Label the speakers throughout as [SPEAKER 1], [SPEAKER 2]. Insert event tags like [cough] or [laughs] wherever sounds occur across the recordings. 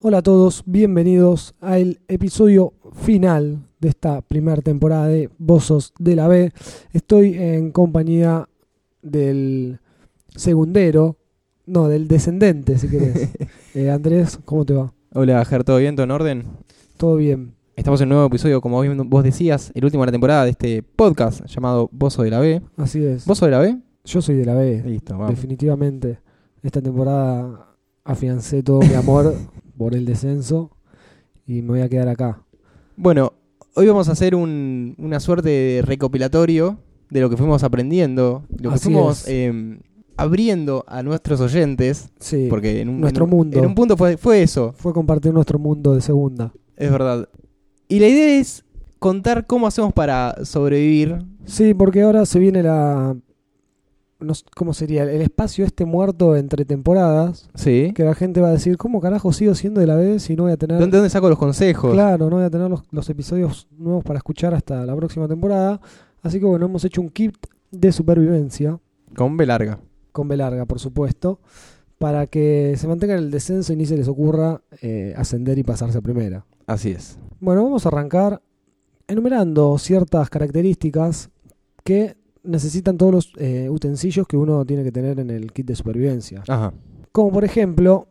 [SPEAKER 1] Hola a todos, bienvenidos al episodio final de esta primera temporada de Bozos de la B. Estoy en compañía del segundero, no, del descendente, si querés. Eh, Andrés, ¿cómo te va?
[SPEAKER 2] Hola, Ger, ¿todo bien? ¿Todo en orden?
[SPEAKER 1] Todo bien.
[SPEAKER 2] Estamos en un nuevo episodio, como bien vos decías, el último de la temporada de este podcast llamado Bozo de la B.
[SPEAKER 1] Así es.
[SPEAKER 2] ¿Bozo de la B?
[SPEAKER 1] Yo soy de la B,
[SPEAKER 2] Listo, vamos.
[SPEAKER 1] definitivamente. Esta temporada afiancé todo mi amor por el descenso y me voy a quedar acá.
[SPEAKER 2] Bueno, hoy vamos a hacer un- una suerte de recopilatorio de lo que fuimos aprendiendo, lo que
[SPEAKER 1] Así
[SPEAKER 2] fuimos
[SPEAKER 1] es.
[SPEAKER 2] eh, abriendo a nuestros oyentes,
[SPEAKER 1] Sí,
[SPEAKER 2] porque en un,
[SPEAKER 1] Nuestro
[SPEAKER 2] en un-
[SPEAKER 1] mundo.
[SPEAKER 2] en un punto fue, fue eso,
[SPEAKER 1] fue compartir nuestro mundo de segunda.
[SPEAKER 2] es verdad. Y la idea es contar cómo hacemos para sobrevivir.
[SPEAKER 1] Sí, porque ahora se viene la. no sé, ¿Cómo sería? El espacio este muerto entre temporadas.
[SPEAKER 2] Sí.
[SPEAKER 1] Que la gente va a decir, ¿cómo carajo sigo siendo de la B si no voy a tener.
[SPEAKER 2] ¿Dónde, dónde saco los consejos?
[SPEAKER 1] Claro, no voy a tener los, los episodios nuevos para escuchar hasta la próxima temporada. Así que bueno, hemos hecho un kit de supervivencia.
[SPEAKER 2] Con B larga.
[SPEAKER 1] Con B larga, por supuesto. Para que se mantengan en el descenso y ni se les ocurra eh, ascender y pasarse a primera.
[SPEAKER 2] Así es.
[SPEAKER 1] Bueno, vamos a arrancar enumerando ciertas características que necesitan todos los eh, utensilios que uno tiene que tener en el kit de supervivencia.
[SPEAKER 2] Ajá.
[SPEAKER 1] Como por ejemplo,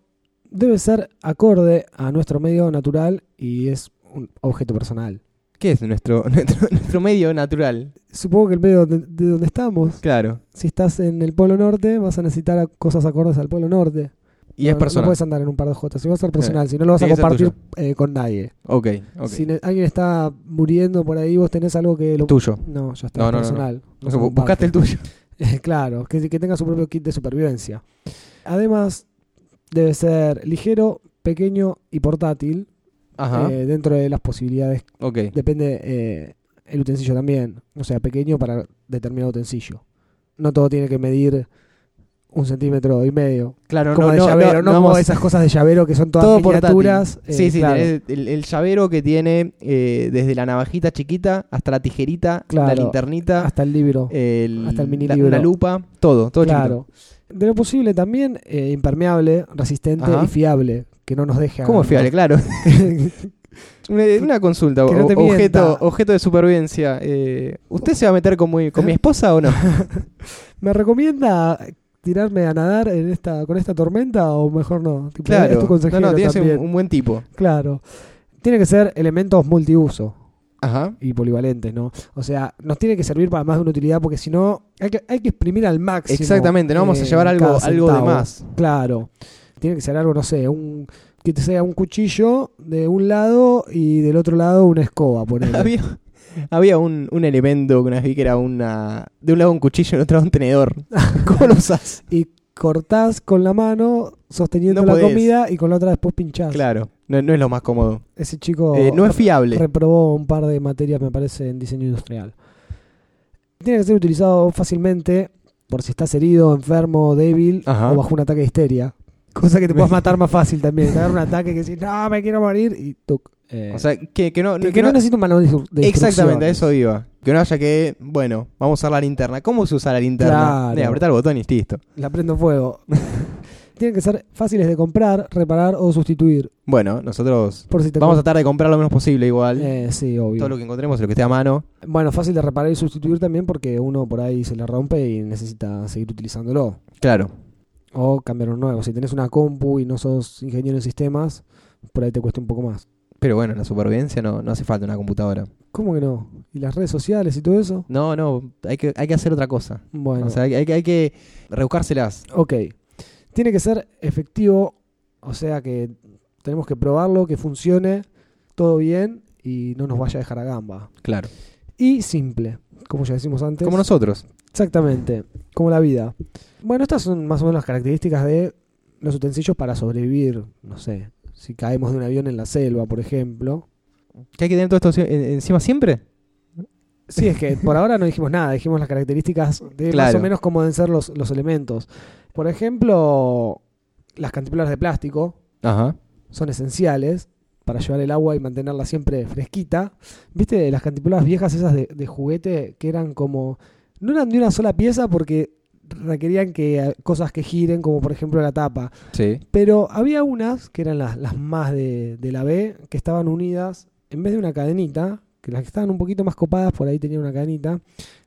[SPEAKER 1] debe ser acorde a nuestro medio natural y es un objeto personal.
[SPEAKER 2] ¿Qué es nuestro, [laughs] nuestro, nuestro medio natural?
[SPEAKER 1] Supongo que el medio de, de donde estamos,
[SPEAKER 2] Claro.
[SPEAKER 1] si estás en el Polo Norte, vas a necesitar a- cosas acordes al Polo Norte.
[SPEAKER 2] Y
[SPEAKER 1] no,
[SPEAKER 2] es
[SPEAKER 1] no
[SPEAKER 2] personal.
[SPEAKER 1] puedes andar en un par de jotas, si vas a ser personal, si no lo vas a
[SPEAKER 2] tiene que ser
[SPEAKER 1] compartir eh, con nadie.
[SPEAKER 2] Ok, ok.
[SPEAKER 1] Si ne- alguien está muriendo por ahí, vos tenés algo que lo
[SPEAKER 2] Tuyo.
[SPEAKER 1] No, ya está
[SPEAKER 2] No,
[SPEAKER 1] es
[SPEAKER 2] no, no,
[SPEAKER 1] personal. no se
[SPEAKER 2] O sea, bu-
[SPEAKER 1] comparte.
[SPEAKER 2] buscaste
[SPEAKER 1] [laughs]
[SPEAKER 2] el tuyo.
[SPEAKER 1] claro, que, que tenga su propio kit de supervivencia. Además, debe ser ligero, pequeño y portátil.
[SPEAKER 2] Ajá.
[SPEAKER 1] eh, dentro de las posibilidades,
[SPEAKER 2] ok.
[SPEAKER 1] depende eh, el utensilio también. O sea, pequeño para determinado utensilio. No todo tiene que medir un centímetro y medio.
[SPEAKER 2] Claro,
[SPEAKER 1] como de llavero, no, como esas cosas de llavero que son todas
[SPEAKER 2] Todo
[SPEAKER 1] miniaturas.
[SPEAKER 2] portátil.
[SPEAKER 1] eh,
[SPEAKER 2] sí, sí,
[SPEAKER 1] claro.
[SPEAKER 2] tenés el, el llavero que tiene eh, desde la navajita chiquita hasta la tijerita, la
[SPEAKER 1] Claro.
[SPEAKER 2] linternita,
[SPEAKER 1] Hasta el libro.
[SPEAKER 2] el,
[SPEAKER 1] hasta el mini
[SPEAKER 2] la,
[SPEAKER 1] libro.
[SPEAKER 2] la lupa, todo, todo chiquito.
[SPEAKER 1] claro. De lo posible también eh, impermeable, resistente
[SPEAKER 2] Ajá.
[SPEAKER 1] y fiable, que no nos deje.
[SPEAKER 2] ¿Cómo
[SPEAKER 1] [laughs]
[SPEAKER 2] fiable? Claro. [laughs] Una, una consulta,
[SPEAKER 1] Que no
[SPEAKER 2] o-
[SPEAKER 1] te
[SPEAKER 2] objeto,
[SPEAKER 1] mienta.
[SPEAKER 2] objeto de supervivencia. eh, ¿Usted se va a meter con mi, con mi esposa o no?
[SPEAKER 1] ¿Me recomienda tirarme a nadar en esta con esta tormenta o mejor no? Tipo,
[SPEAKER 2] Claro.
[SPEAKER 1] es tu consejero
[SPEAKER 2] no, no, tienes un-
[SPEAKER 1] también.
[SPEAKER 2] un buen tipo.
[SPEAKER 1] Claro. Tiene que ser elementos multiuso
[SPEAKER 2] Ajá.
[SPEAKER 1] y polivalentes, ¿no? O sea, nos tiene que servir para más de una utilidad porque si no hay que, hay que exprimir al máximo.
[SPEAKER 2] Exactamente, no vamos a
[SPEAKER 1] eh,
[SPEAKER 2] llevar algo,
[SPEAKER 1] cada
[SPEAKER 2] algo de
[SPEAKER 1] centavo.
[SPEAKER 2] más.
[SPEAKER 1] Claro. Tiene que ser algo, no sé, un que te sea un cuchillo de un lado y del otro lado una escoba,
[SPEAKER 2] [laughs]
[SPEAKER 1] ponele.
[SPEAKER 2] Había, había un, un elemento que una vez vi que era una. De un lado un cuchillo y del otro lado un tenedor. ¿Cómo lo usás?
[SPEAKER 1] y cortás con la mano sosteniendo
[SPEAKER 2] No
[SPEAKER 1] la
[SPEAKER 2] podés.
[SPEAKER 1] comida y con la otra después pinchás.
[SPEAKER 2] Claro, no, no es lo más cómodo.
[SPEAKER 1] Ese chico
[SPEAKER 2] Eh, no es fiable.
[SPEAKER 1] reprobó un par de materias, me parece, en diseño industrial. Tiene que ser utilizado fácilmente por si estás herido, enfermo, débil
[SPEAKER 2] Ajá.
[SPEAKER 1] o bajo un ataque de histeria. Cosa que te
[SPEAKER 2] [laughs]
[SPEAKER 1] puedes matar más fácil también. Te agarra un ataque que decís, no, me quiero morir y tuc. Eh,
[SPEAKER 2] O sea, que, que no.
[SPEAKER 1] que,
[SPEAKER 2] que
[SPEAKER 1] que no,
[SPEAKER 2] no-
[SPEAKER 1] necesito un manual de instru- de
[SPEAKER 2] exactamente, a
[SPEAKER 1] instrucciones.
[SPEAKER 2] eso iba. Que no haya que. Bueno, vamos a usar la linterna. ¿Cómo se usa la linterna?
[SPEAKER 1] Claro.
[SPEAKER 2] De apretar el botón y listo.
[SPEAKER 1] La prendo
[SPEAKER 2] [laughs]
[SPEAKER 1] fuego. Tienen que ser fáciles de comprar, reparar o sustituir.
[SPEAKER 2] Bueno, nosotros
[SPEAKER 1] Por si te
[SPEAKER 2] vamos a tratar de comprar lo menos posible igual.
[SPEAKER 1] Eh, sí, obvio.
[SPEAKER 2] Todo lo que encontremos, lo que esté a mano.
[SPEAKER 1] Bueno, fácil de reparar y sustituir también porque uno por ahí se le rompe y necesita seguir utilizándolo.
[SPEAKER 2] Claro.
[SPEAKER 1] O cambiar un nuevo. Si tenés una compu y no sos ingeniero en sistemas, por ahí te cuesta un poco más.
[SPEAKER 2] Pero bueno, en la supervivencia no, no hace falta una computadora.
[SPEAKER 1] ¿Cómo que no? ¿Y las redes sociales y todo eso?
[SPEAKER 2] No, no, hay que, hay que hacer otra cosa.
[SPEAKER 1] Bueno,
[SPEAKER 2] O sea, hay, que- hay que rebuscárselas.
[SPEAKER 1] ok. Tiene que ser efectivo, o sea que tenemos que probarlo, que funcione todo bien y no nos vaya a dejar a gamba.
[SPEAKER 2] Claro.
[SPEAKER 1] Y simple, como ya decimos antes.
[SPEAKER 2] Como nosotros.
[SPEAKER 1] Exactamente, como la vida. Bueno, estas son más o menos las características de los utensilios para sobrevivir. No sé, si caemos de un avión en la selva, por ejemplo.
[SPEAKER 2] ¿Que hay que tener todo esto en- encima siempre?
[SPEAKER 1] Sí, es que por ahora no dijimos nada, dijimos las características de más
[SPEAKER 2] Claro.
[SPEAKER 1] o menos cómo deben ser los, los elementos. Por ejemplo, las cantimploras de plástico
[SPEAKER 2] Ajá.
[SPEAKER 1] son esenciales para llevar el agua y mantenerla siempre fresquita. ¿Viste las cantimploras viejas esas de, de juguete que eran como... No eran de una sola pieza porque requerían que eh, cosas que giren, como por ejemplo la tapa.
[SPEAKER 2] Sí.
[SPEAKER 1] Pero había unas, que eran las, las más de, de la B, que estaban unidas, en vez de una cadenita, que las que estaban un poquito más copadas, por ahí tenían una cadenita,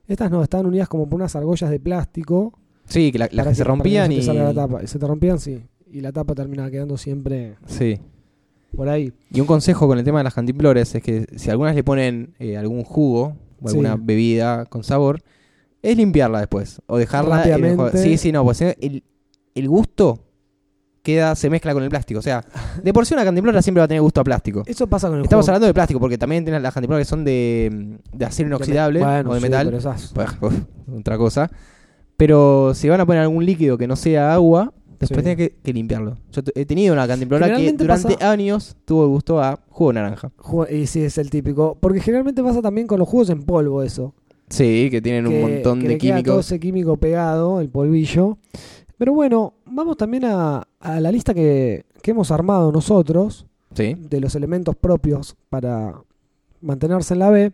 [SPEAKER 1] estas no, estaban unidas como por unas argollas de plástico.
[SPEAKER 2] Sí, que la- las
[SPEAKER 1] para
[SPEAKER 2] que se
[SPEAKER 1] para no
[SPEAKER 2] rompían
[SPEAKER 1] se te
[SPEAKER 2] y.
[SPEAKER 1] salga la tapa. Se te rompían, sí. Y la tapa terminaba quedando siempre
[SPEAKER 2] Sí.
[SPEAKER 1] por ahí.
[SPEAKER 2] Y un consejo con el tema de las cantimplores es que si algunas le ponen eh, algún jugo o
[SPEAKER 1] Sí.
[SPEAKER 2] alguna bebida con sabor, es limpiarla después o dejarla en el juego.
[SPEAKER 1] Rápidamente.
[SPEAKER 2] Sí, sí, no, pues eh, el, el gusto queda se mezcla con el plástico, o sea, de por sí una cantimplora siempre va a tener gusto a plástico.
[SPEAKER 1] Eso pasa con el
[SPEAKER 2] Estamos
[SPEAKER 1] juego.
[SPEAKER 2] hablando de plástico porque también tienen las cantimploras que son de, mm, de acero inoxidable
[SPEAKER 1] Bueno,
[SPEAKER 2] o de
[SPEAKER 1] sí,
[SPEAKER 2] metal.
[SPEAKER 1] pero esas-
[SPEAKER 2] [laughs] otra cosa. Pero si van a poner algún líquido que no sea agua, después
[SPEAKER 1] Sí.
[SPEAKER 2] tienen que, que limpiarlo. Yo t- he tenido una cantimplora que
[SPEAKER 1] Generalmente
[SPEAKER 2] durante
[SPEAKER 1] pasa-
[SPEAKER 2] años tuvo gusto a jugo de naranja.
[SPEAKER 1] Ju- Y sí, es el típico. Porque generalmente pasa también con los juegos en polvo eso.
[SPEAKER 2] Sí, que tienen un
[SPEAKER 1] que-
[SPEAKER 2] montón
[SPEAKER 1] que
[SPEAKER 2] de
[SPEAKER 1] le queda todo
[SPEAKER 2] químicos.
[SPEAKER 1] ese químico pegado, el polvillo. Pero bueno, vamos también a, a la lista que, que hemos armado nosotros
[SPEAKER 2] Sí.
[SPEAKER 1] de los elementos propios para mantenerse en la B.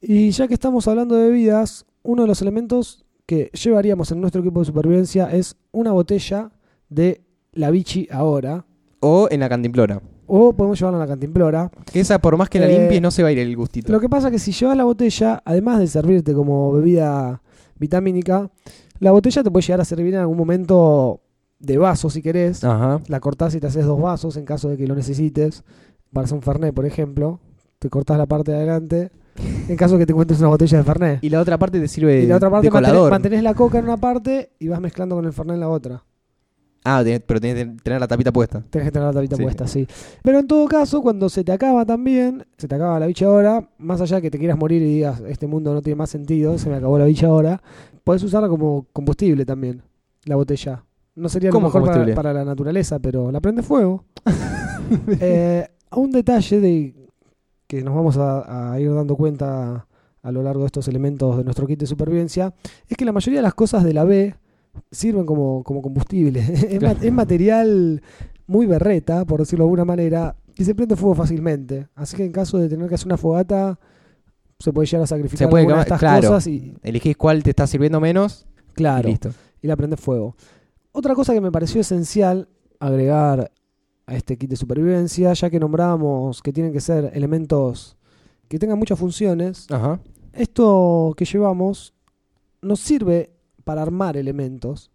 [SPEAKER 1] Y ya que estamos hablando de bebidas, uno de los elementos que llevaríamos en nuestro equipo de supervivencia es una botella de la bichi ahora.
[SPEAKER 2] O en la cantimplora.
[SPEAKER 1] O podemos llevarla a la cantimplora.
[SPEAKER 2] Que esa, por más que la
[SPEAKER 1] Eh,
[SPEAKER 2] limpies, no se va a ir el gustito.
[SPEAKER 1] Lo que pasa es que si llevas la botella, además de servirte como bebida vitamínica, la botella te puede llegar a servir en algún momento de vaso si querés.
[SPEAKER 2] Ajá.
[SPEAKER 1] La cortás y te haces dos vasos en caso de que lo necesites. Para hacer un Fernet, por ejemplo. Te cortás la parte de adelante. En caso de que te encuentres una botella de Fernet.
[SPEAKER 2] Y la otra parte te sirve
[SPEAKER 1] Y la otra parte
[SPEAKER 2] de
[SPEAKER 1] mantenés,
[SPEAKER 2] colador.
[SPEAKER 1] mantenés la coca en una parte y vas mezclando con el Fernet en la otra.
[SPEAKER 2] Ah, tenés- pero tenés que tener la tapita puesta.
[SPEAKER 1] Tenés que tener la tapita
[SPEAKER 2] Sí.
[SPEAKER 1] puesta, sí. Pero en todo caso, cuando se te acaba también, se te acaba la bicha ahora, más allá de que te quieras morir y digas, este mundo no tiene más sentido, se me acabó la bicha ahora, podés usarla como combustible también, la botella. No sería lo
[SPEAKER 2] ¿Cómo
[SPEAKER 1] mejor para,
[SPEAKER 2] combustible?
[SPEAKER 1] para la naturaleza, pero la prende fuego. [laughs] Eh, a un detalle de que nos vamos a, a ir dando cuenta a lo largo de estos elementos de nuestro kit de supervivencia, es que la mayoría de las cosas de la B sirven como, como combustible. [laughs] es, ma- es material muy berreta, por decirlo de alguna manera, y se prende fuego fácilmente. Así que en caso de tener que hacer una fogata, se puede llegar a sacrificar
[SPEAKER 2] Se puede
[SPEAKER 1] alguna de
[SPEAKER 2] quemar,
[SPEAKER 1] estas
[SPEAKER 2] claro.
[SPEAKER 1] cosas y
[SPEAKER 2] Elegís cuál te está sirviendo menos
[SPEAKER 1] claro,
[SPEAKER 2] y
[SPEAKER 1] y,
[SPEAKER 2] listo.
[SPEAKER 1] la prende fuego. Otra cosa que me pareció esencial agregar a este kit de supervivencia, ya que nombramos que tienen que ser elementos que tengan muchas funciones,
[SPEAKER 2] Ajá.
[SPEAKER 1] esto que llevamos nos sirve para armar elementos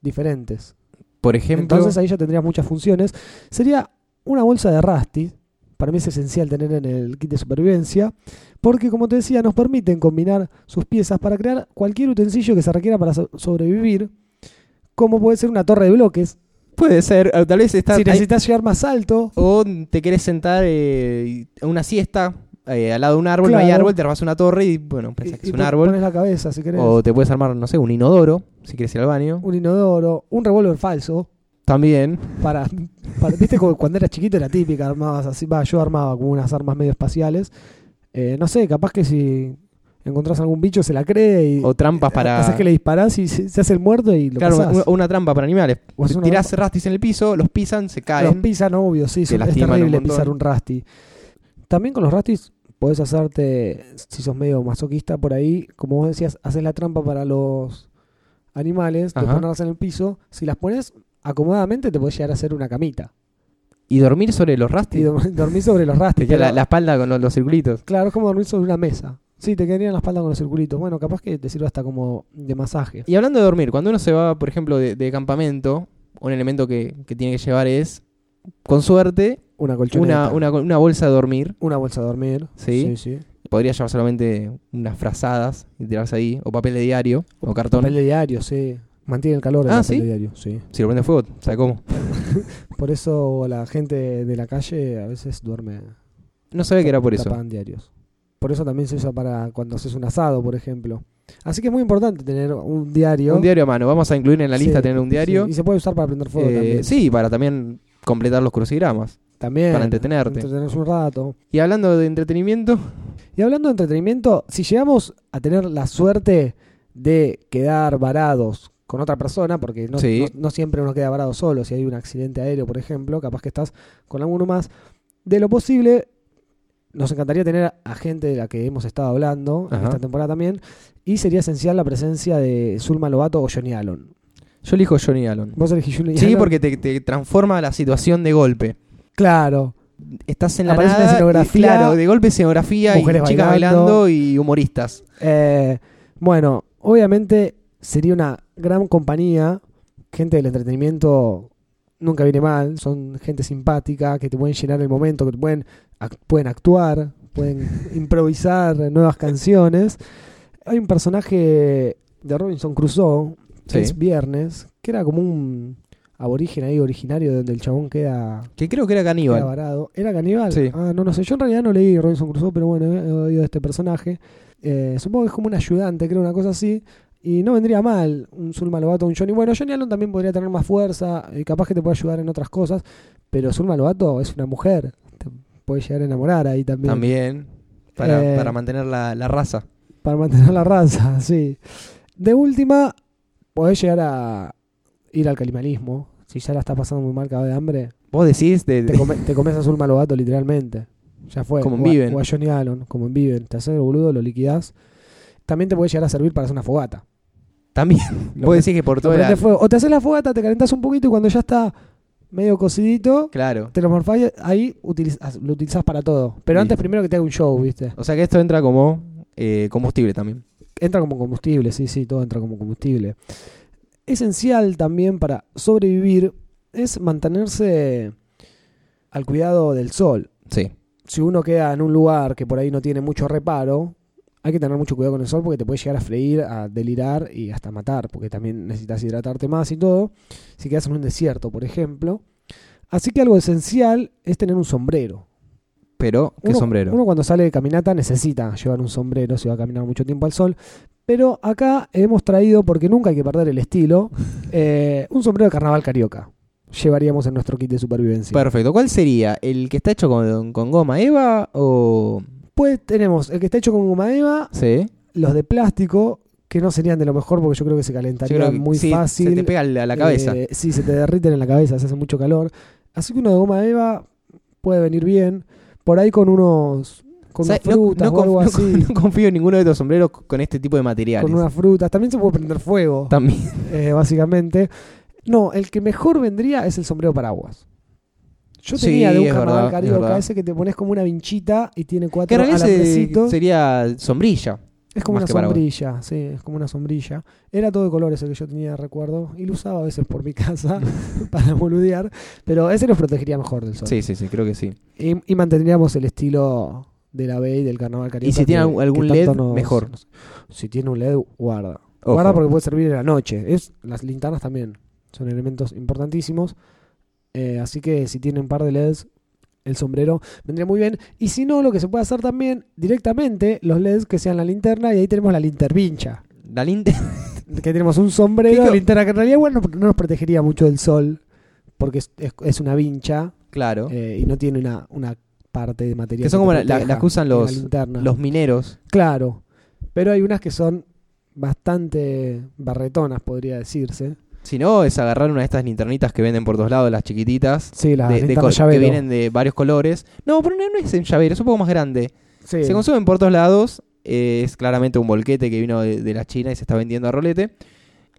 [SPEAKER 1] diferentes.
[SPEAKER 2] Por ejemplo,
[SPEAKER 1] Entonces ahí ya tendrías muchas funciones. Sería una bolsa de Rusty. Para mí es esencial tener en el kit de supervivencia. Porque, como te decía, nos permiten combinar sus piezas para crear cualquier utensilio que se requiera para so- sobrevivir. Como puede ser una torre de bloques.
[SPEAKER 2] puede ser, o tal vez está,
[SPEAKER 1] Si
[SPEAKER 2] hay-
[SPEAKER 1] necesitas llegar más alto.
[SPEAKER 2] O te querés sentar eh, y- a una siesta eh, al lado de un árbol, no hay
[SPEAKER 1] Claro.
[SPEAKER 2] árbol, te armas una torre y bueno, pensás
[SPEAKER 1] y-
[SPEAKER 2] que
[SPEAKER 1] y
[SPEAKER 2] es un
[SPEAKER 1] pon-
[SPEAKER 2] árbol.
[SPEAKER 1] Pones la cabeza si querés.
[SPEAKER 2] O te puedes armar, no sé, un inodoro, si quieres ir al baño.
[SPEAKER 1] Un inodoro. Un revólver falso.
[SPEAKER 2] También.
[SPEAKER 1] Para, para- viste como cuando eras chiquito era típica, armabas así, va, yo armaba como unas armas medio espaciales. Eh, no sé, capaz que si encontrás algún bicho se la cree y
[SPEAKER 2] O trampas para.
[SPEAKER 1] Eh, haces que le disparás y se, se hace el muerto y lo
[SPEAKER 2] claro,
[SPEAKER 1] cazás.
[SPEAKER 2] una, una trampa para animales.
[SPEAKER 1] O haces una-
[SPEAKER 2] Tirás rastis en el piso, los pisan, se
[SPEAKER 1] los
[SPEAKER 2] caen.
[SPEAKER 1] pisan, obvio, sí, son- es
[SPEAKER 2] lastiman un
[SPEAKER 1] terrible
[SPEAKER 2] montón.
[SPEAKER 1] pisar un rusty. También con los rusties podés hacerte, si sos medio masoquista por ahí, como vos decías, haces la trampa para los animales, te
[SPEAKER 2] Ajá.
[SPEAKER 1] ponerlas en el piso, si las pones acomodadamente te podés llegar a hacer una camita
[SPEAKER 2] y dormir sobre los
[SPEAKER 1] y
[SPEAKER 2] rastis.
[SPEAKER 1] dormir dormís sobre los
[SPEAKER 2] Te
[SPEAKER 1] rusties.
[SPEAKER 2] queda
[SPEAKER 1] pero-
[SPEAKER 2] la, la espalda con los, los circulitos.
[SPEAKER 1] Claro, es como dormir sobre una mesa. Sí, te quedaría en la espalda con los circulitos. Bueno, capaz que te sirva hasta como de masaje.
[SPEAKER 2] Y hablando de dormir, cuando uno se va, por ejemplo, de, de campamento, un elemento que, que tiene que llevar es, con suerte,
[SPEAKER 1] Una colchoneta.
[SPEAKER 2] una, una, una bolsa de dormir.
[SPEAKER 1] Una bolsa de dormir. sí.
[SPEAKER 2] Sí.
[SPEAKER 1] sí.
[SPEAKER 2] Podría llevar solamente unas frazadas y tirarse ahí, o papel de diario, o cartón.
[SPEAKER 1] Papel de diario, sí. Mantiene el calor el
[SPEAKER 2] Ah,
[SPEAKER 1] papel
[SPEAKER 2] ¿sí?
[SPEAKER 1] de diario, sí.
[SPEAKER 2] Si lo prende fuego, ¿sabe cómo?
[SPEAKER 1] Por eso la gente de la calle a veces duerme
[SPEAKER 2] No sabe que era por eso.
[SPEAKER 1] tapaban diarios. Por eso también se usa para cuando haces un asado, por ejemplo. Así que es muy importante tener un diario.
[SPEAKER 2] Un diario a mano. Vamos a incluir en la lista
[SPEAKER 1] Sí,
[SPEAKER 2] tener un diario.
[SPEAKER 1] sí. Y se puede usar para prender fuego
[SPEAKER 2] Eh,
[SPEAKER 1] también.
[SPEAKER 2] sí, para también completar los crucigramas.
[SPEAKER 1] También.
[SPEAKER 2] para entretenerte.
[SPEAKER 1] Entretenerse un rato.
[SPEAKER 2] Y hablando de entretenimiento,
[SPEAKER 1] Y hablando de entretenimiento, si llegamos a tener la suerte de quedar varados con otra persona, porque no,
[SPEAKER 2] Sí.
[SPEAKER 1] no- no siempre uno queda varado solo, si hay un accidente aéreo, por ejemplo, capaz que estás con alguno más, de lo posible nos encantaría tener a gente de la que hemos estado hablando en
[SPEAKER 2] Ajá.
[SPEAKER 1] esta temporada también. Y sería esencial la presencia de Zulma Lobato o Johnny Allen.
[SPEAKER 2] Yo elijo Johnny Allen.
[SPEAKER 1] ¿Vos elegís Johnny
[SPEAKER 2] Sí,
[SPEAKER 1] Allen?
[SPEAKER 2] porque te, te transforma la situación de golpe.
[SPEAKER 1] Claro.
[SPEAKER 2] Estás en la
[SPEAKER 1] Aparece una
[SPEAKER 2] nada,
[SPEAKER 1] escenografía,
[SPEAKER 2] y, claro, de golpe escenografía y
[SPEAKER 1] mujeres
[SPEAKER 2] chicas
[SPEAKER 1] bailando.
[SPEAKER 2] bailando. y humoristas.
[SPEAKER 1] Eh, bueno, obviamente sería una gran compañía. Gente del entretenimiento nunca viene mal. Son gente simpática que te pueden llenar el momento, que te pueden, ac- pueden actuar, pueden improvisar nuevas canciones. Hay un personaje de Robinson Crusoe, que
[SPEAKER 2] Sí.
[SPEAKER 1] es Viernes, que era como un aborigen ahí originario de donde el chabón queda,
[SPEAKER 2] Que creo que era
[SPEAKER 1] queda
[SPEAKER 2] caníbal.
[SPEAKER 1] varado. ¿Era caníbal?
[SPEAKER 2] Sí.
[SPEAKER 1] Ah, no, no sé. Yo en realidad no leí Robinson Crusoe, pero bueno, he oído de este personaje. Eh, supongo que es como un ayudante, creo, una cosa así. Y no vendría mal un Zulma Lobato, un Johnny. Bueno, Johnny Allen también podría tener más fuerza, y capaz que te puede ayudar en otras cosas, pero Zulma Lobato es una mujer. Te puede llegar a enamorar ahí también.
[SPEAKER 2] También. Para,
[SPEAKER 1] Eh.
[SPEAKER 2] para mantener la, la raza.
[SPEAKER 1] Para mantener la raza, [laughs] sí. De última, podés llegar a ir al calimanismo. Si ya la estás pasando muy mal, cada de hambre,
[SPEAKER 2] Vos decís de,
[SPEAKER 1] te, come- te comes a Zulma Lobato literalmente. Ya fue.
[SPEAKER 2] Como en
[SPEAKER 1] O a-
[SPEAKER 2] Viven.
[SPEAKER 1] O a Johnny Allen, como en Viven. Te haces el boludo, lo liquidás. También te puede llegar a servir para hacer una fogata.
[SPEAKER 2] [laughs]
[SPEAKER 1] [laughs]
[SPEAKER 2] También.
[SPEAKER 1] Lo
[SPEAKER 2] Vos
[SPEAKER 1] pre-
[SPEAKER 2] decís que por
[SPEAKER 1] Lo
[SPEAKER 2] todo la...
[SPEAKER 1] prendés fuego. O te haces la fogata, te calentás un poquito y cuando ya está medio cocidito,
[SPEAKER 2] [laughs] Claro.
[SPEAKER 1] te lo morfás y ahí utilizás- lo utilizás para todo. Pero antes
[SPEAKER 2] Listo.
[SPEAKER 1] primero que te haga un show, ¿viste?
[SPEAKER 2] O sea que esto entra como eh, combustible también.
[SPEAKER 1] Entra como combustible, sí, sí, todo entra como combustible. Esencial también para sobrevivir es mantenerse al cuidado del sol.
[SPEAKER 2] Sí.
[SPEAKER 1] si uno queda en un lugar que por ahí no tiene mucho reparo, hay que tener mucho cuidado con el sol porque te puede llegar a freír, a delirar y hasta matar, porque también necesitas hidratarte más y todo. Si quedas en un desierto, por ejemplo. Así que algo esencial es tener un sombrero.
[SPEAKER 2] Pero, ¿qué
[SPEAKER 1] Uno-
[SPEAKER 2] sombrero?
[SPEAKER 1] Uno cuando sale de caminata necesita llevar un sombrero si va a caminar mucho tiempo al sol. Pero acá hemos traído, porque nunca hay que perder el
[SPEAKER 2] [laughs]
[SPEAKER 1] estilo, eh, un sombrero de carnaval carioca. Llevaríamos en nuestro kit de supervivencia.
[SPEAKER 2] Perfecto. ¿Cuál sería? ¿El que está hecho con, con goma eva o...?
[SPEAKER 1] Pues tenemos el que está hecho con goma de eva,
[SPEAKER 2] Sí.
[SPEAKER 1] los de plástico, que no serían de lo mejor porque yo creo que se calentarían
[SPEAKER 2] Yo creo que
[SPEAKER 1] muy
[SPEAKER 2] sí,
[SPEAKER 1] fácil.
[SPEAKER 2] Se te pega a la, a la cabeza.
[SPEAKER 1] Eh, sí, se te derriten en la cabeza, se hace mucho calor. Así que uno de goma eva puede venir bien. Por ahí con unos. con unas
[SPEAKER 2] ¿Sabes? No-
[SPEAKER 1] frutas
[SPEAKER 2] no
[SPEAKER 1] o algo
[SPEAKER 2] conf-
[SPEAKER 1] así.
[SPEAKER 2] [laughs] no confío en ninguno de estos sombreros con este tipo de materiales.
[SPEAKER 1] con unas frutas. También se puede prender fuego,
[SPEAKER 2] [laughs] También.
[SPEAKER 1] eh, básicamente. No, el que mejor vendría es el sombrero paraguas. Yo
[SPEAKER 2] Sí,
[SPEAKER 1] tenía de un
[SPEAKER 2] es
[SPEAKER 1] carnaval
[SPEAKER 2] verdad, es
[SPEAKER 1] carioca
[SPEAKER 2] verdad.
[SPEAKER 1] ese que te pones como una vinchita y tiene
[SPEAKER 2] Que
[SPEAKER 1] cuatro
[SPEAKER 2] en realidad se-
[SPEAKER 1] alambrecitos.
[SPEAKER 2] sería sombrilla.
[SPEAKER 1] Es como
[SPEAKER 2] Más
[SPEAKER 1] una
[SPEAKER 2] que para vos.
[SPEAKER 1] sombrilla, sí, es como una sombrilla. Era todo de colores el que yo tenía, recuerdo. Y lo usaba a veces por mi [laughs] casa
[SPEAKER 2] [laughs]
[SPEAKER 1] para boludear. Pero ese nos protegería mejor del sol.
[SPEAKER 2] Sí, sí, sí, creo que sí.
[SPEAKER 1] Y, y mantendríamos el estilo de la B y del carnaval carioca.
[SPEAKER 2] Y si tiene
[SPEAKER 1] que-
[SPEAKER 2] algún- algún
[SPEAKER 1] que tanto
[SPEAKER 2] LED, mejor.
[SPEAKER 1] si tiene un LED, guarda.
[SPEAKER 2] Ojo.
[SPEAKER 1] Guarda porque puede servir en la noche. Es, las linternas también son elementos importantísimos. Eh, así que si tienen un par de LEDs, el sombrero vendría muy bien. Y si no, lo que se puede hacer también directamente, los LEDs que sean la linterna y ahí tenemos la lintervincha.
[SPEAKER 2] La linte.
[SPEAKER 1] Que tenemos un sombrero,
[SPEAKER 2] Fijo.
[SPEAKER 1] linterna que en realidad bueno, no nos protegería mucho del sol porque es, es- es una vincha
[SPEAKER 2] [laughs] Claro.
[SPEAKER 1] eh, y no tiene una, una parte de material.
[SPEAKER 2] Que son
[SPEAKER 1] te
[SPEAKER 2] como la- la-
[SPEAKER 1] proteja
[SPEAKER 2] las que usan
[SPEAKER 1] de la
[SPEAKER 2] los-
[SPEAKER 1] linterna.
[SPEAKER 2] Los mineros.
[SPEAKER 1] Claro, pero hay unas que son bastante barretonas, podría decirse.
[SPEAKER 2] Si no, es agarrar una de estas linternitas que venden por todos lados, las chiquititas.
[SPEAKER 1] Sí, las
[SPEAKER 2] de- de
[SPEAKER 1] linternas
[SPEAKER 2] co- que
[SPEAKER 1] llavero.
[SPEAKER 2] vienen de varios colores. No, pero no no es en llavero, es un poco más grande.
[SPEAKER 1] Sí.
[SPEAKER 2] Se consumen por todos lados. eh, es claramente un bolquete que vino de, de la China y se está vendiendo a rolete.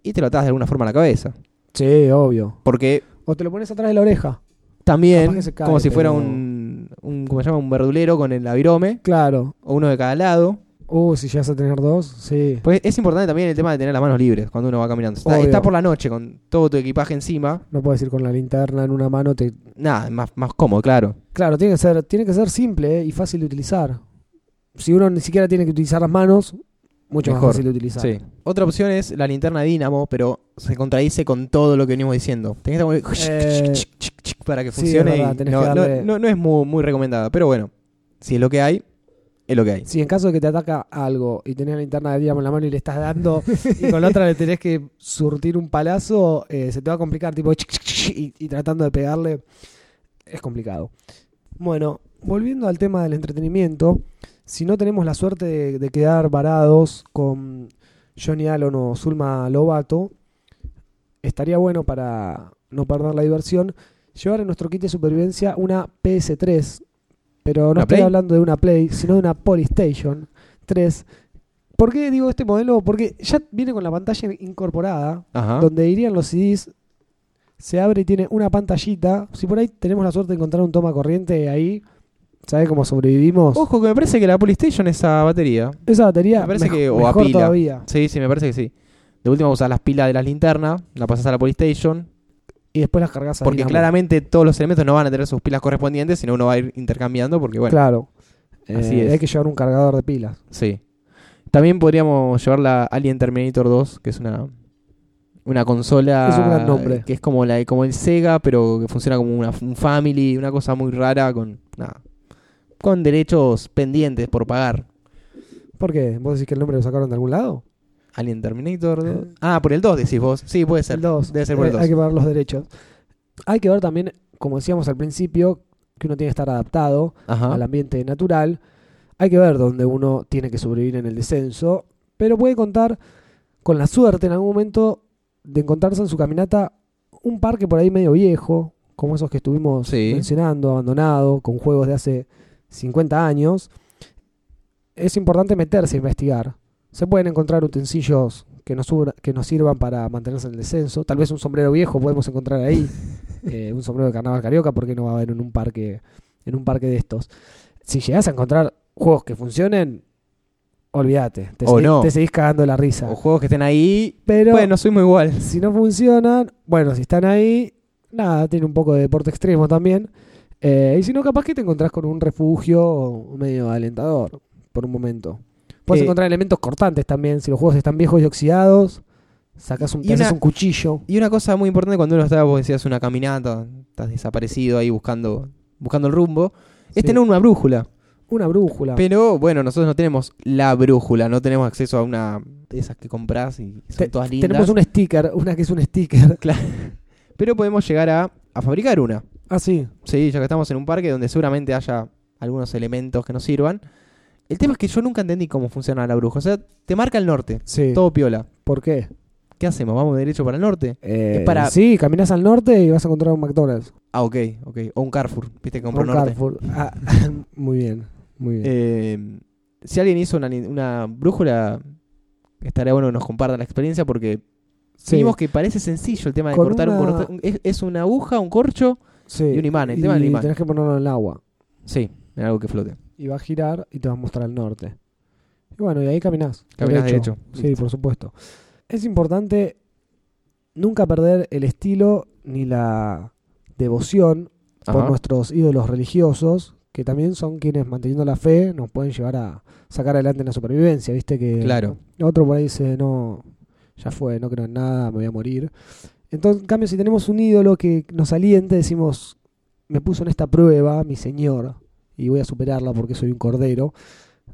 [SPEAKER 2] Y te lo atas de alguna forma a la cabeza.
[SPEAKER 1] Sí, obvio.
[SPEAKER 2] Porque
[SPEAKER 1] O te lo pones atrás de la oreja. Capaz
[SPEAKER 2] también,
[SPEAKER 1] que se cae,
[SPEAKER 2] como si fuera
[SPEAKER 1] pero-
[SPEAKER 2] un, un. ¿Cómo se llama? Un verdulero con el avirome.
[SPEAKER 1] Claro.
[SPEAKER 2] O uno de cada lado.
[SPEAKER 1] Uh, si llegas a tener dos, sí.
[SPEAKER 2] Pues es importante también el tema de tener las manos libres cuando uno va caminando. Está,
[SPEAKER 1] Obvio.
[SPEAKER 2] está por la noche con todo tu equipaje encima.
[SPEAKER 1] No puedes ir con la linterna en una mano. Te...
[SPEAKER 2] Nada, es más, más cómodo, claro.
[SPEAKER 1] Claro, tiene que ser, tiene que ser simple eh, y fácil de utilizar. Si uno ni siquiera tiene que utilizar las manos, mucho más
[SPEAKER 2] Mejor.
[SPEAKER 1] fácil de utilizar.
[SPEAKER 2] Sí. Otra opción es la linterna dinamo, pero se contradice con todo lo que venimos diciendo. Tenés que estar como-
[SPEAKER 1] Eh,
[SPEAKER 2] [laughs] para que
[SPEAKER 1] sí,
[SPEAKER 2] funcione.
[SPEAKER 1] es verdad,
[SPEAKER 2] y
[SPEAKER 1] tenés
[SPEAKER 2] no,
[SPEAKER 1] que darle-
[SPEAKER 2] no- no- no es muy, muy recomendada, pero bueno, si es lo que hay, es lo que hay.
[SPEAKER 1] Si en caso de que te ataca algo y tenés la linterna de Dynamo en la mano y le estás dando y con la otra le tenés que surtir un palazo, eh, se te va a complicar, tipo, chic, chic, chic, y, y tratando de pegarle, es complicado. Bueno, volviendo al tema del entretenimiento, si no tenemos la suerte de, de quedar varados con Johnny Allen o Zulma Lobato, estaría bueno para no perder la diversión llevar en nuestro kit de supervivencia una PS3 pero no
[SPEAKER 2] ¿Una
[SPEAKER 1] estoy
[SPEAKER 2] Play?
[SPEAKER 1] hablando de una Play, sino de una Polystation 3. ¿Por qué digo este modelo? Porque ya viene con la pantalla incorporada,
[SPEAKER 2] Ajá.
[SPEAKER 1] donde irían los CDs. Se abre y tiene una pantallita. Si por ahí tenemos la suerte de encontrar un toma corriente ahí, ¿sabes cómo sobrevivimos?
[SPEAKER 2] Ojo, que me parece que la Polystation es a batería.
[SPEAKER 1] Esa batería
[SPEAKER 2] Me parece
[SPEAKER 1] mej-
[SPEAKER 2] que- o a
[SPEAKER 1] mejor
[SPEAKER 2] pila.
[SPEAKER 1] todavía.
[SPEAKER 2] Sí, sí, me parece que sí. De última usás las pilas de las linternas, la pasás a la Polystation,
[SPEAKER 1] Y después las cargas a
[SPEAKER 2] porque
[SPEAKER 1] dinamo.
[SPEAKER 2] claramente todos los elementos no van a tener sus pilas correspondientes, sino uno va a ir intercambiando, porque bueno,
[SPEAKER 1] Claro.
[SPEAKER 2] Así
[SPEAKER 1] Eh,
[SPEAKER 2] es.
[SPEAKER 1] Hay que llevar un cargador de pilas.
[SPEAKER 2] sí. También podríamos llevar la Alien Terminator 2, que es una, una consola...
[SPEAKER 1] Es un gran nombre.
[SPEAKER 2] Que es como, la, como el Sega, pero que funciona como una, un family, una cosa muy rara con... Nada, con derechos pendientes por pagar.
[SPEAKER 1] ¿Por qué? ¿Vos decís que el nombre lo sacaron de algún lado?
[SPEAKER 2] Alien Terminator 2. Ah, por el 2 decís vos. Sí, puede ser.
[SPEAKER 1] Eh. El 2.
[SPEAKER 2] Debe ser por el
[SPEAKER 1] Eh, Hay
[SPEAKER 2] 2.
[SPEAKER 1] que pagar los derechos. Hay que ver también, como decíamos al principio, que uno tiene que estar adaptado
[SPEAKER 2] Ajá.
[SPEAKER 1] al ambiente natural. Hay que ver dónde uno tiene que sobrevivir en el descenso. Pero puede contar con la suerte en algún momento de encontrarse en su caminata un parque por ahí medio viejo, como esos que estuvimos
[SPEAKER 2] Sí.
[SPEAKER 1] mencionando, abandonado, con juegos de hace 50 años. Es importante meterse a investigar. Se pueden encontrar utensilios que nos, subra- que nos sirvan para mantenerse en el descenso. Tal vez un sombrero viejo podemos encontrar ahí. Eh, un sombrero de carnaval carioca, porque no va a haber en un parque, en un parque de estos. Si llegas a encontrar juegos que funcionen, olvídate. Te,
[SPEAKER 2] O
[SPEAKER 1] seguís-
[SPEAKER 2] no.
[SPEAKER 1] te seguís cagando de la risa.
[SPEAKER 2] O juegos que estén ahí.
[SPEAKER 1] Pero
[SPEAKER 2] bueno, soy muy igual.
[SPEAKER 1] si no funcionan, bueno, si están ahí, nada, tiene un poco de deporte extremo también. Eh, y si no, capaz que te encontrás con un refugio medio alentador por un momento. Puedes
[SPEAKER 2] Eh,
[SPEAKER 1] encontrar elementos cortantes también. Si los juegos están viejos y oxidados, sacas un,
[SPEAKER 2] Y
[SPEAKER 1] te haces
[SPEAKER 2] una-
[SPEAKER 1] un cuchillo.
[SPEAKER 2] Y una cosa muy importante cuando uno está, vos decías, una caminata, estás desaparecido ahí buscando, buscando el rumbo, Este es
[SPEAKER 1] Sí.
[SPEAKER 2] tener una brújula.
[SPEAKER 1] Una brújula.
[SPEAKER 2] Pero bueno, nosotros no tenemos la brújula, no tenemos acceso a una de esas que compras y son
[SPEAKER 1] Te-
[SPEAKER 2] todas lindas.
[SPEAKER 1] Tenemos un sticker, una que es un [laughs] sticker.
[SPEAKER 2] Pero podemos llegar a, a fabricar una.
[SPEAKER 1] Ah, sí.
[SPEAKER 2] Sí, ya que estamos en un parque donde seguramente haya algunos elementos que nos sirvan. El tema es que yo nunca entendí cómo funciona la brújula. O sea, te marca el norte,
[SPEAKER 1] Sí.
[SPEAKER 2] todo piola.
[SPEAKER 1] ¿Por qué?
[SPEAKER 2] ¿Qué hacemos? ¿Vamos derecho para el norte?
[SPEAKER 1] Eh,
[SPEAKER 2] Es para-
[SPEAKER 1] Sí, caminas al norte y vas a encontrar un McDonald's.
[SPEAKER 2] Ah, ok, ok. O un Carrefour, viste que
[SPEAKER 1] o
[SPEAKER 2] compro
[SPEAKER 1] un
[SPEAKER 2] norte.
[SPEAKER 1] Carrefour. Ah, [laughs] muy bien, muy bien.
[SPEAKER 2] Eh, si alguien hizo una, lin- una brújula, estaría bueno que nos compartan la experiencia porque
[SPEAKER 1] Sí,
[SPEAKER 2] vimos que parece sencillo el tema de
[SPEAKER 1] Con
[SPEAKER 2] cortar un
[SPEAKER 1] una-
[SPEAKER 2] corta- un- es, es una aguja, un corcho
[SPEAKER 1] sí.
[SPEAKER 2] y un imán, el tema del
[SPEAKER 1] Y
[SPEAKER 2] imán.
[SPEAKER 1] Tenés que ponerlo en el agua.
[SPEAKER 2] Sí, en algo que flote.
[SPEAKER 1] y va a girar y te va a mostrar el norte. Y bueno, y ahí caminás.
[SPEAKER 2] Caminás derecho.
[SPEAKER 1] Sí,
[SPEAKER 2] Listo.
[SPEAKER 1] por supuesto. Es importante nunca perder el estilo ni la devoción por
[SPEAKER 2] Ajá.
[SPEAKER 1] nuestros ídolos religiosos, que también son quienes manteniendo la fe nos pueden llevar a sacar adelante en la supervivencia, ¿viste? que
[SPEAKER 2] Claro.
[SPEAKER 1] Otro por ahí dice, no, ya fue, no creo en nada, me voy a morir. Entonces, en cambio, si tenemos un ídolo que nos aliente, decimos, me puso en esta prueba mi Señor y voy a superarla porque soy un cordero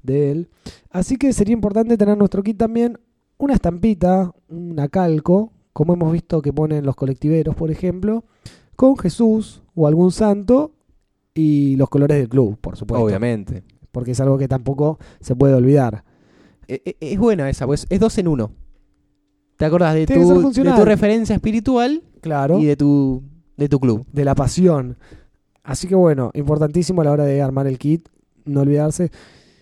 [SPEAKER 1] de él. Así que sería importante tener en nuestro kit también una estampita, una calco, como hemos visto que ponen los colectiveros, por ejemplo, con Jesús o algún santo y los colores del club, por supuesto.
[SPEAKER 2] Obviamente.
[SPEAKER 1] Porque es algo que tampoco se puede olvidar.
[SPEAKER 2] E- e- es buena esa, pues es dos en uno. ¿Te acordás de,
[SPEAKER 1] Tiene que ser
[SPEAKER 2] tu, de
[SPEAKER 1] funcional.
[SPEAKER 2] tu referencia espiritual
[SPEAKER 1] Claro.
[SPEAKER 2] y de tu, de tu club?
[SPEAKER 1] de la pasión. Así que bueno, importantísimo a la hora de armar el kit, no olvidarse.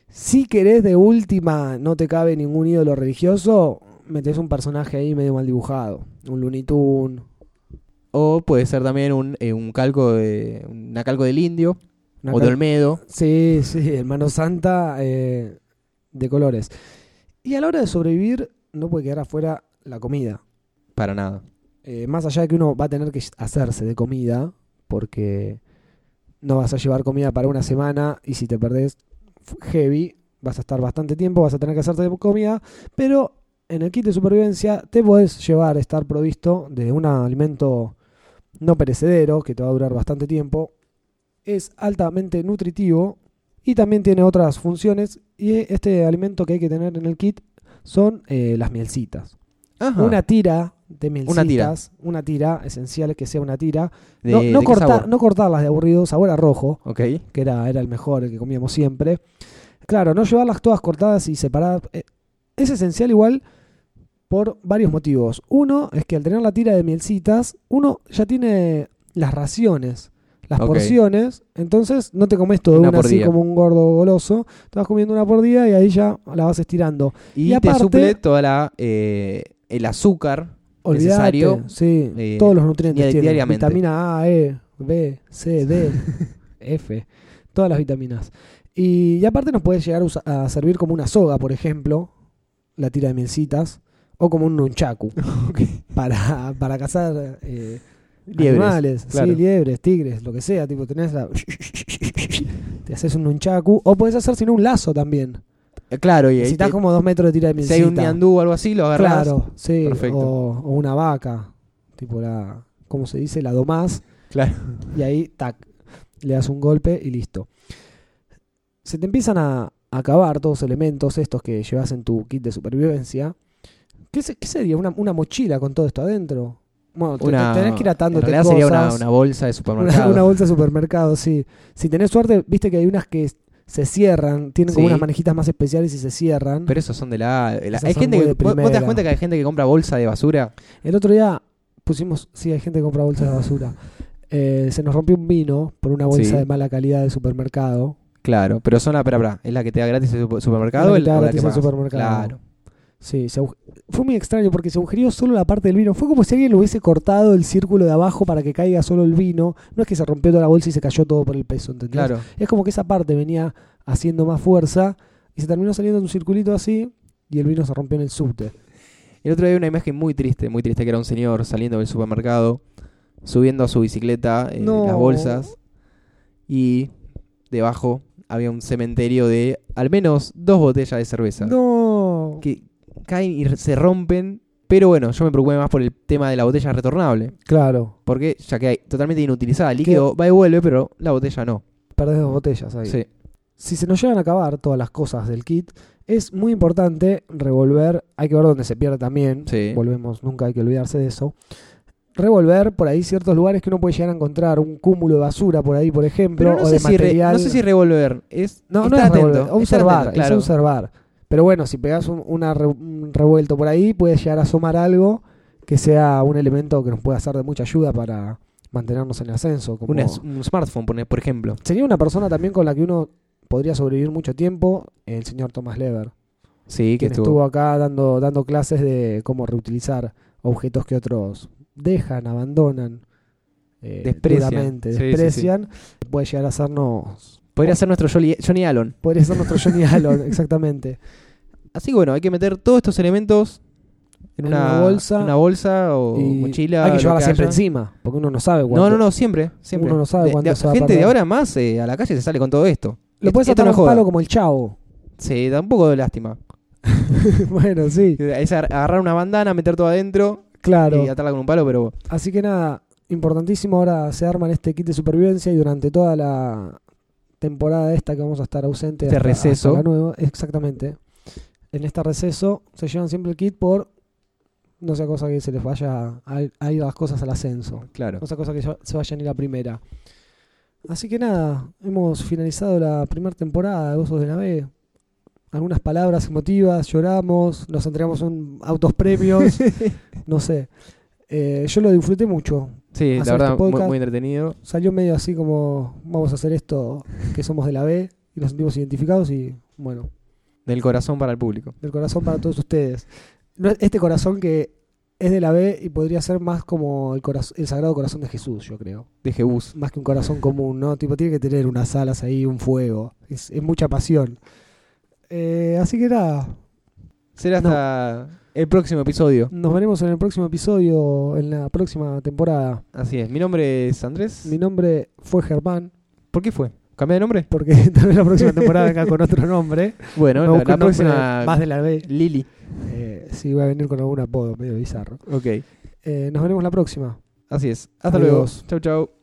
[SPEAKER 1] Si querés de última, no te cabe ningún ídolo religioso, metés un personaje ahí medio mal dibujado. Un Looney Tunes,
[SPEAKER 2] O puede ser también un, eh, un calco de, una calco del indio
[SPEAKER 1] una
[SPEAKER 2] o
[SPEAKER 1] ca-
[SPEAKER 2] de Olmedo.
[SPEAKER 1] Sí, sí, hermano santa eh, de colores. Y a la hora de sobrevivir, no puede quedar afuera la comida.
[SPEAKER 2] Para nada.
[SPEAKER 1] Eh, más allá de que uno va a tener que hacerse de comida, porque no vas a llevar comida para una semana y si te perdés f- heavy, vas a estar bastante tiempo, vas a tener que hacerte de comida, pero en el kit de supervivencia te podés llevar, estar provisto de un alimento no perecedero que te va a durar bastante tiempo, es altamente nutritivo y también tiene otras funciones y eh, este alimento que hay que tener en el kit son eh, las mielcitas.
[SPEAKER 2] Ajá.
[SPEAKER 1] Una tira de mielcitas.
[SPEAKER 2] Ah. Una
[SPEAKER 1] Una
[SPEAKER 2] tira.
[SPEAKER 1] tira. esencial que sea una tira.
[SPEAKER 2] De-
[SPEAKER 1] no, no
[SPEAKER 2] ¿de qué
[SPEAKER 1] corta-
[SPEAKER 2] sabor?
[SPEAKER 1] no cortarlas de aburrido, sabor a rojo,
[SPEAKER 2] Ok.
[SPEAKER 1] que era, era el mejor, el que comíamos siempre. Claro, no llevarlas todas cortadas y separadas. eh, Es esencial igual por varios motivos. Uno es que al tener la tira de mielcitas, uno ya tiene las raciones. las
[SPEAKER 2] Ok.
[SPEAKER 1] porciones. Entonces no te comes todo de
[SPEAKER 2] Una
[SPEAKER 1] una
[SPEAKER 2] por
[SPEAKER 1] así
[SPEAKER 2] día.
[SPEAKER 1] como un gordo goloso. Te vas comiendo una por día y ahí ya la vas estirando.
[SPEAKER 2] Y,
[SPEAKER 1] Y aparte-
[SPEAKER 2] te suple toda la eh, el azúcar.
[SPEAKER 1] Olvídate,
[SPEAKER 2] Necesario,
[SPEAKER 1] sí,
[SPEAKER 2] eh,
[SPEAKER 1] todos los nutrientes
[SPEAKER 2] diari-
[SPEAKER 1] tienen.
[SPEAKER 2] diariamente.
[SPEAKER 1] Vitamina A, E, B, C,
[SPEAKER 2] [laughs]
[SPEAKER 1] D, F, todas las vitaminas. Y, y aparte nos puede llegar a usa- a servir como una soga, por ejemplo, la tira de mielcitas, o como un
[SPEAKER 2] [laughs]
[SPEAKER 1] nunchaku, para, para cazar eh,
[SPEAKER 3] Liebres,
[SPEAKER 1] animales,
[SPEAKER 3] claro.
[SPEAKER 1] sí, liebres, tigres, lo que sea, tipo tenés la... [laughs] Te haces un nunchaku, o puedes hacer sino un lazo también.
[SPEAKER 2] Eh, Claro, y ahí
[SPEAKER 1] Necesitas
[SPEAKER 2] te-
[SPEAKER 1] como dos metros de tira de
[SPEAKER 2] si
[SPEAKER 1] mielcita.
[SPEAKER 2] hay un ñandú o algo así, lo agarras.
[SPEAKER 1] Claro, sí.
[SPEAKER 2] Perfecto.
[SPEAKER 1] O, o una vaca. Tipo la. ¿Cómo se dice? La domás.
[SPEAKER 2] Claro.
[SPEAKER 1] Y ahí, tac. Le das un golpe y listo. Se te empiezan a acabar todos los elementos estos que llevas en tu kit de supervivencia. ¿Qué, se- qué sería? Una, una mochila con todo esto adentro? Bueno, te-
[SPEAKER 2] Una-
[SPEAKER 1] tenés que ir atándote
[SPEAKER 2] En realidad
[SPEAKER 1] cosas.
[SPEAKER 2] sería una,
[SPEAKER 1] [laughs]
[SPEAKER 2] una bolsa de
[SPEAKER 1] Una-
[SPEAKER 2] supermercado.
[SPEAKER 1] una bolsa de supermercado, sí. Si tenés suerte, viste que hay unas que se cierran, tienen como
[SPEAKER 2] Sí.
[SPEAKER 1] unas manejitas más especiales y se cierran.
[SPEAKER 2] Pero esos son de la. de la-
[SPEAKER 1] Esas
[SPEAKER 2] hay
[SPEAKER 1] son
[SPEAKER 2] gente
[SPEAKER 1] muy
[SPEAKER 2] que,
[SPEAKER 1] de
[SPEAKER 2] ¿vos, vos te das
[SPEAKER 1] primera.
[SPEAKER 2] cuenta que hay gente que compra bolsa de basura?
[SPEAKER 1] El otro día pusimos, sí, hay gente que compra bolsas de basura. Eh, se nos rompió un vino por una bolsa
[SPEAKER 2] Sí.
[SPEAKER 1] de mala calidad de supermercado.
[SPEAKER 2] Claro, pero son la. Pará, pará, ¿Es la que te da gratis el supe- supermercado?
[SPEAKER 1] Una
[SPEAKER 2] o
[SPEAKER 1] que
[SPEAKER 2] el-
[SPEAKER 1] te da
[SPEAKER 2] o la
[SPEAKER 1] gratis
[SPEAKER 2] que
[SPEAKER 1] el
[SPEAKER 2] pagas?
[SPEAKER 1] supermercado.
[SPEAKER 2] Claro.
[SPEAKER 1] Sí, se agu- fue muy extraño porque se agujerió solo la parte del vino. Fue como si alguien lo hubiese cortado el círculo de abajo para que caiga solo el vino. No es que se rompió toda la bolsa y se cayó todo por el peso, ¿entendés?
[SPEAKER 2] Claro.
[SPEAKER 1] Es como que esa parte venía haciendo más fuerza y se terminó saliendo en un circulito así y el vino se rompió en el subte.
[SPEAKER 2] El otro día había una imagen muy triste, muy triste, que era un señor saliendo del supermercado, subiendo a su bicicleta eh,
[SPEAKER 1] No.
[SPEAKER 2] las bolsas, y debajo había un cementerio de al menos dos botellas de cerveza.
[SPEAKER 1] No.
[SPEAKER 2] Que caen y se rompen, pero bueno, yo me preocupé más por el tema de la botella retornable,
[SPEAKER 1] Claro,
[SPEAKER 2] porque ya que hay totalmente inutilizada, el líquido va y vuelve, pero la botella no.
[SPEAKER 1] perdés dos botellas ahí.
[SPEAKER 2] Sí.
[SPEAKER 1] si se nos llegan a acabar todas las cosas del kit, es muy importante revolver, hay que ver dónde se pierde también,
[SPEAKER 2] Sí.
[SPEAKER 1] volvemos, nunca hay que olvidarse de eso, revolver por ahí ciertos lugares que uno puede llegar a encontrar, un cúmulo de basura por ahí, por ejemplo,
[SPEAKER 2] Pero no
[SPEAKER 1] o
[SPEAKER 2] sé,
[SPEAKER 1] de
[SPEAKER 2] si re-
[SPEAKER 1] material.
[SPEAKER 2] no sé si revolver, es
[SPEAKER 1] no, no
[SPEAKER 2] estar
[SPEAKER 1] es revolver,
[SPEAKER 2] atento, estar
[SPEAKER 1] observar,
[SPEAKER 2] atento, claro.
[SPEAKER 1] es observar. Pero bueno, si pegas un, una re- un revuelto por ahí, puede llegar a asomar algo que sea un elemento que nos pueda ser de mucha ayuda para mantenernos en el ascenso. Como...
[SPEAKER 2] Una- un smartphone, pone- por ejemplo.
[SPEAKER 1] Sería una persona también con la que uno podría sobrevivir mucho tiempo, el señor Thomas Lever,
[SPEAKER 2] Sí, que
[SPEAKER 1] quien estuvo, acá dando, dando clases de cómo reutilizar objetos que otros dejan, abandonan, eh,
[SPEAKER 2] Desprecian.
[SPEAKER 1] duramente,
[SPEAKER 2] Sí, sí, sí.
[SPEAKER 1] desprecian. Puede llegar a hacernos,
[SPEAKER 2] Podría ser nuestro Johnny, Johnny Allen.
[SPEAKER 1] podría ser nuestro
[SPEAKER 2] [laughs]
[SPEAKER 1] Johnny Allen, exactamente.
[SPEAKER 2] Así que bueno, hay que meter todos estos elementos en,
[SPEAKER 1] En
[SPEAKER 2] una,
[SPEAKER 1] una bolsa.
[SPEAKER 2] una bolsa o
[SPEAKER 1] Y
[SPEAKER 2] mochila.
[SPEAKER 1] Hay que
[SPEAKER 2] lo
[SPEAKER 1] llevarla siempre
[SPEAKER 2] haya.
[SPEAKER 1] encima, porque uno no sabe cuándo.
[SPEAKER 2] No, no, no, siempre. siempre.
[SPEAKER 1] Uno no sabe
[SPEAKER 2] De-
[SPEAKER 1] cuándo
[SPEAKER 2] de-
[SPEAKER 1] se va a
[SPEAKER 2] Gente de
[SPEAKER 1] perder.
[SPEAKER 2] ahora más eh, a la calle se sale con todo esto.
[SPEAKER 1] Lo
[SPEAKER 2] Esto-
[SPEAKER 1] puedes
[SPEAKER 2] esto
[SPEAKER 1] atar
[SPEAKER 2] no
[SPEAKER 1] a un palo
[SPEAKER 2] joda.
[SPEAKER 1] como el chavo. [laughs]
[SPEAKER 2] Sí, da un poco de lástima.
[SPEAKER 1] bueno, sí,
[SPEAKER 2] Es ar- agarrar una bandana, meter todo adentro
[SPEAKER 1] claro.
[SPEAKER 2] y atarla con un palo, pero
[SPEAKER 1] Así que nada, importantísimo ahora se arman este kit de supervivencia y durante toda la temporada esta que vamos a estar ausente
[SPEAKER 2] Este receso.
[SPEAKER 1] la nueva- exactamente. En este receso se llevan siempre el kit por no sea cosa que se les vaya a, a ir las cosas al ascenso.
[SPEAKER 2] claro.
[SPEAKER 1] No sea cosa que ya- se vayan a ir a primera. Así que nada, hemos finalizado la primera temporada de Gozos de Nave. Algunas palabras emotivas, lloramos, nos entregamos un, autos premios, no sé. Eh, yo lo disfruté mucho.
[SPEAKER 2] Sí,
[SPEAKER 1] Hacer
[SPEAKER 2] la verdad,
[SPEAKER 1] este
[SPEAKER 2] muy,
[SPEAKER 1] podcast.
[SPEAKER 2] muy entretenido.
[SPEAKER 1] Salió medio así como, vamos a hacer esto, que somos de la B, y nos sentimos identificados y, bueno,
[SPEAKER 2] Del corazón para el público.
[SPEAKER 1] del corazón para todos ustedes. No- Este corazón que es de la B y podría ser más como el, coraz- el Sagrado Corazón de Jesús, yo creo.
[SPEAKER 2] De Jebus.
[SPEAKER 1] más que un corazón común, ¿no? Tipo, tiene que tener unas alas ahí, un fuego. Es, es mucha pasión. Eh, así que nada,
[SPEAKER 2] Será
[SPEAKER 1] No.
[SPEAKER 2] hasta el próximo episodio.
[SPEAKER 1] nos veremos en el próximo episodio, en la próxima temporada.
[SPEAKER 2] Así es. Mi nombre es Andrés.
[SPEAKER 1] Mi nombre fue Germán,
[SPEAKER 2] ¿Por qué fue? ¿Cambia de nombre?
[SPEAKER 1] porque [laughs] tal vez la próxima temporada venga con otro
[SPEAKER 2] [laughs]
[SPEAKER 1] nombre.
[SPEAKER 2] Bueno,
[SPEAKER 1] Me
[SPEAKER 2] la,
[SPEAKER 1] busqué
[SPEAKER 2] la
[SPEAKER 1] un nombre
[SPEAKER 2] próxima.
[SPEAKER 1] Más de la B.
[SPEAKER 2] Lili.
[SPEAKER 1] Eh, sí, voy a venir con algún apodo medio bizarro.
[SPEAKER 2] Ok.
[SPEAKER 1] Eh, nos veremos la próxima.
[SPEAKER 2] Así es. Hasta
[SPEAKER 1] Adiós.
[SPEAKER 2] luego. Chau, chau.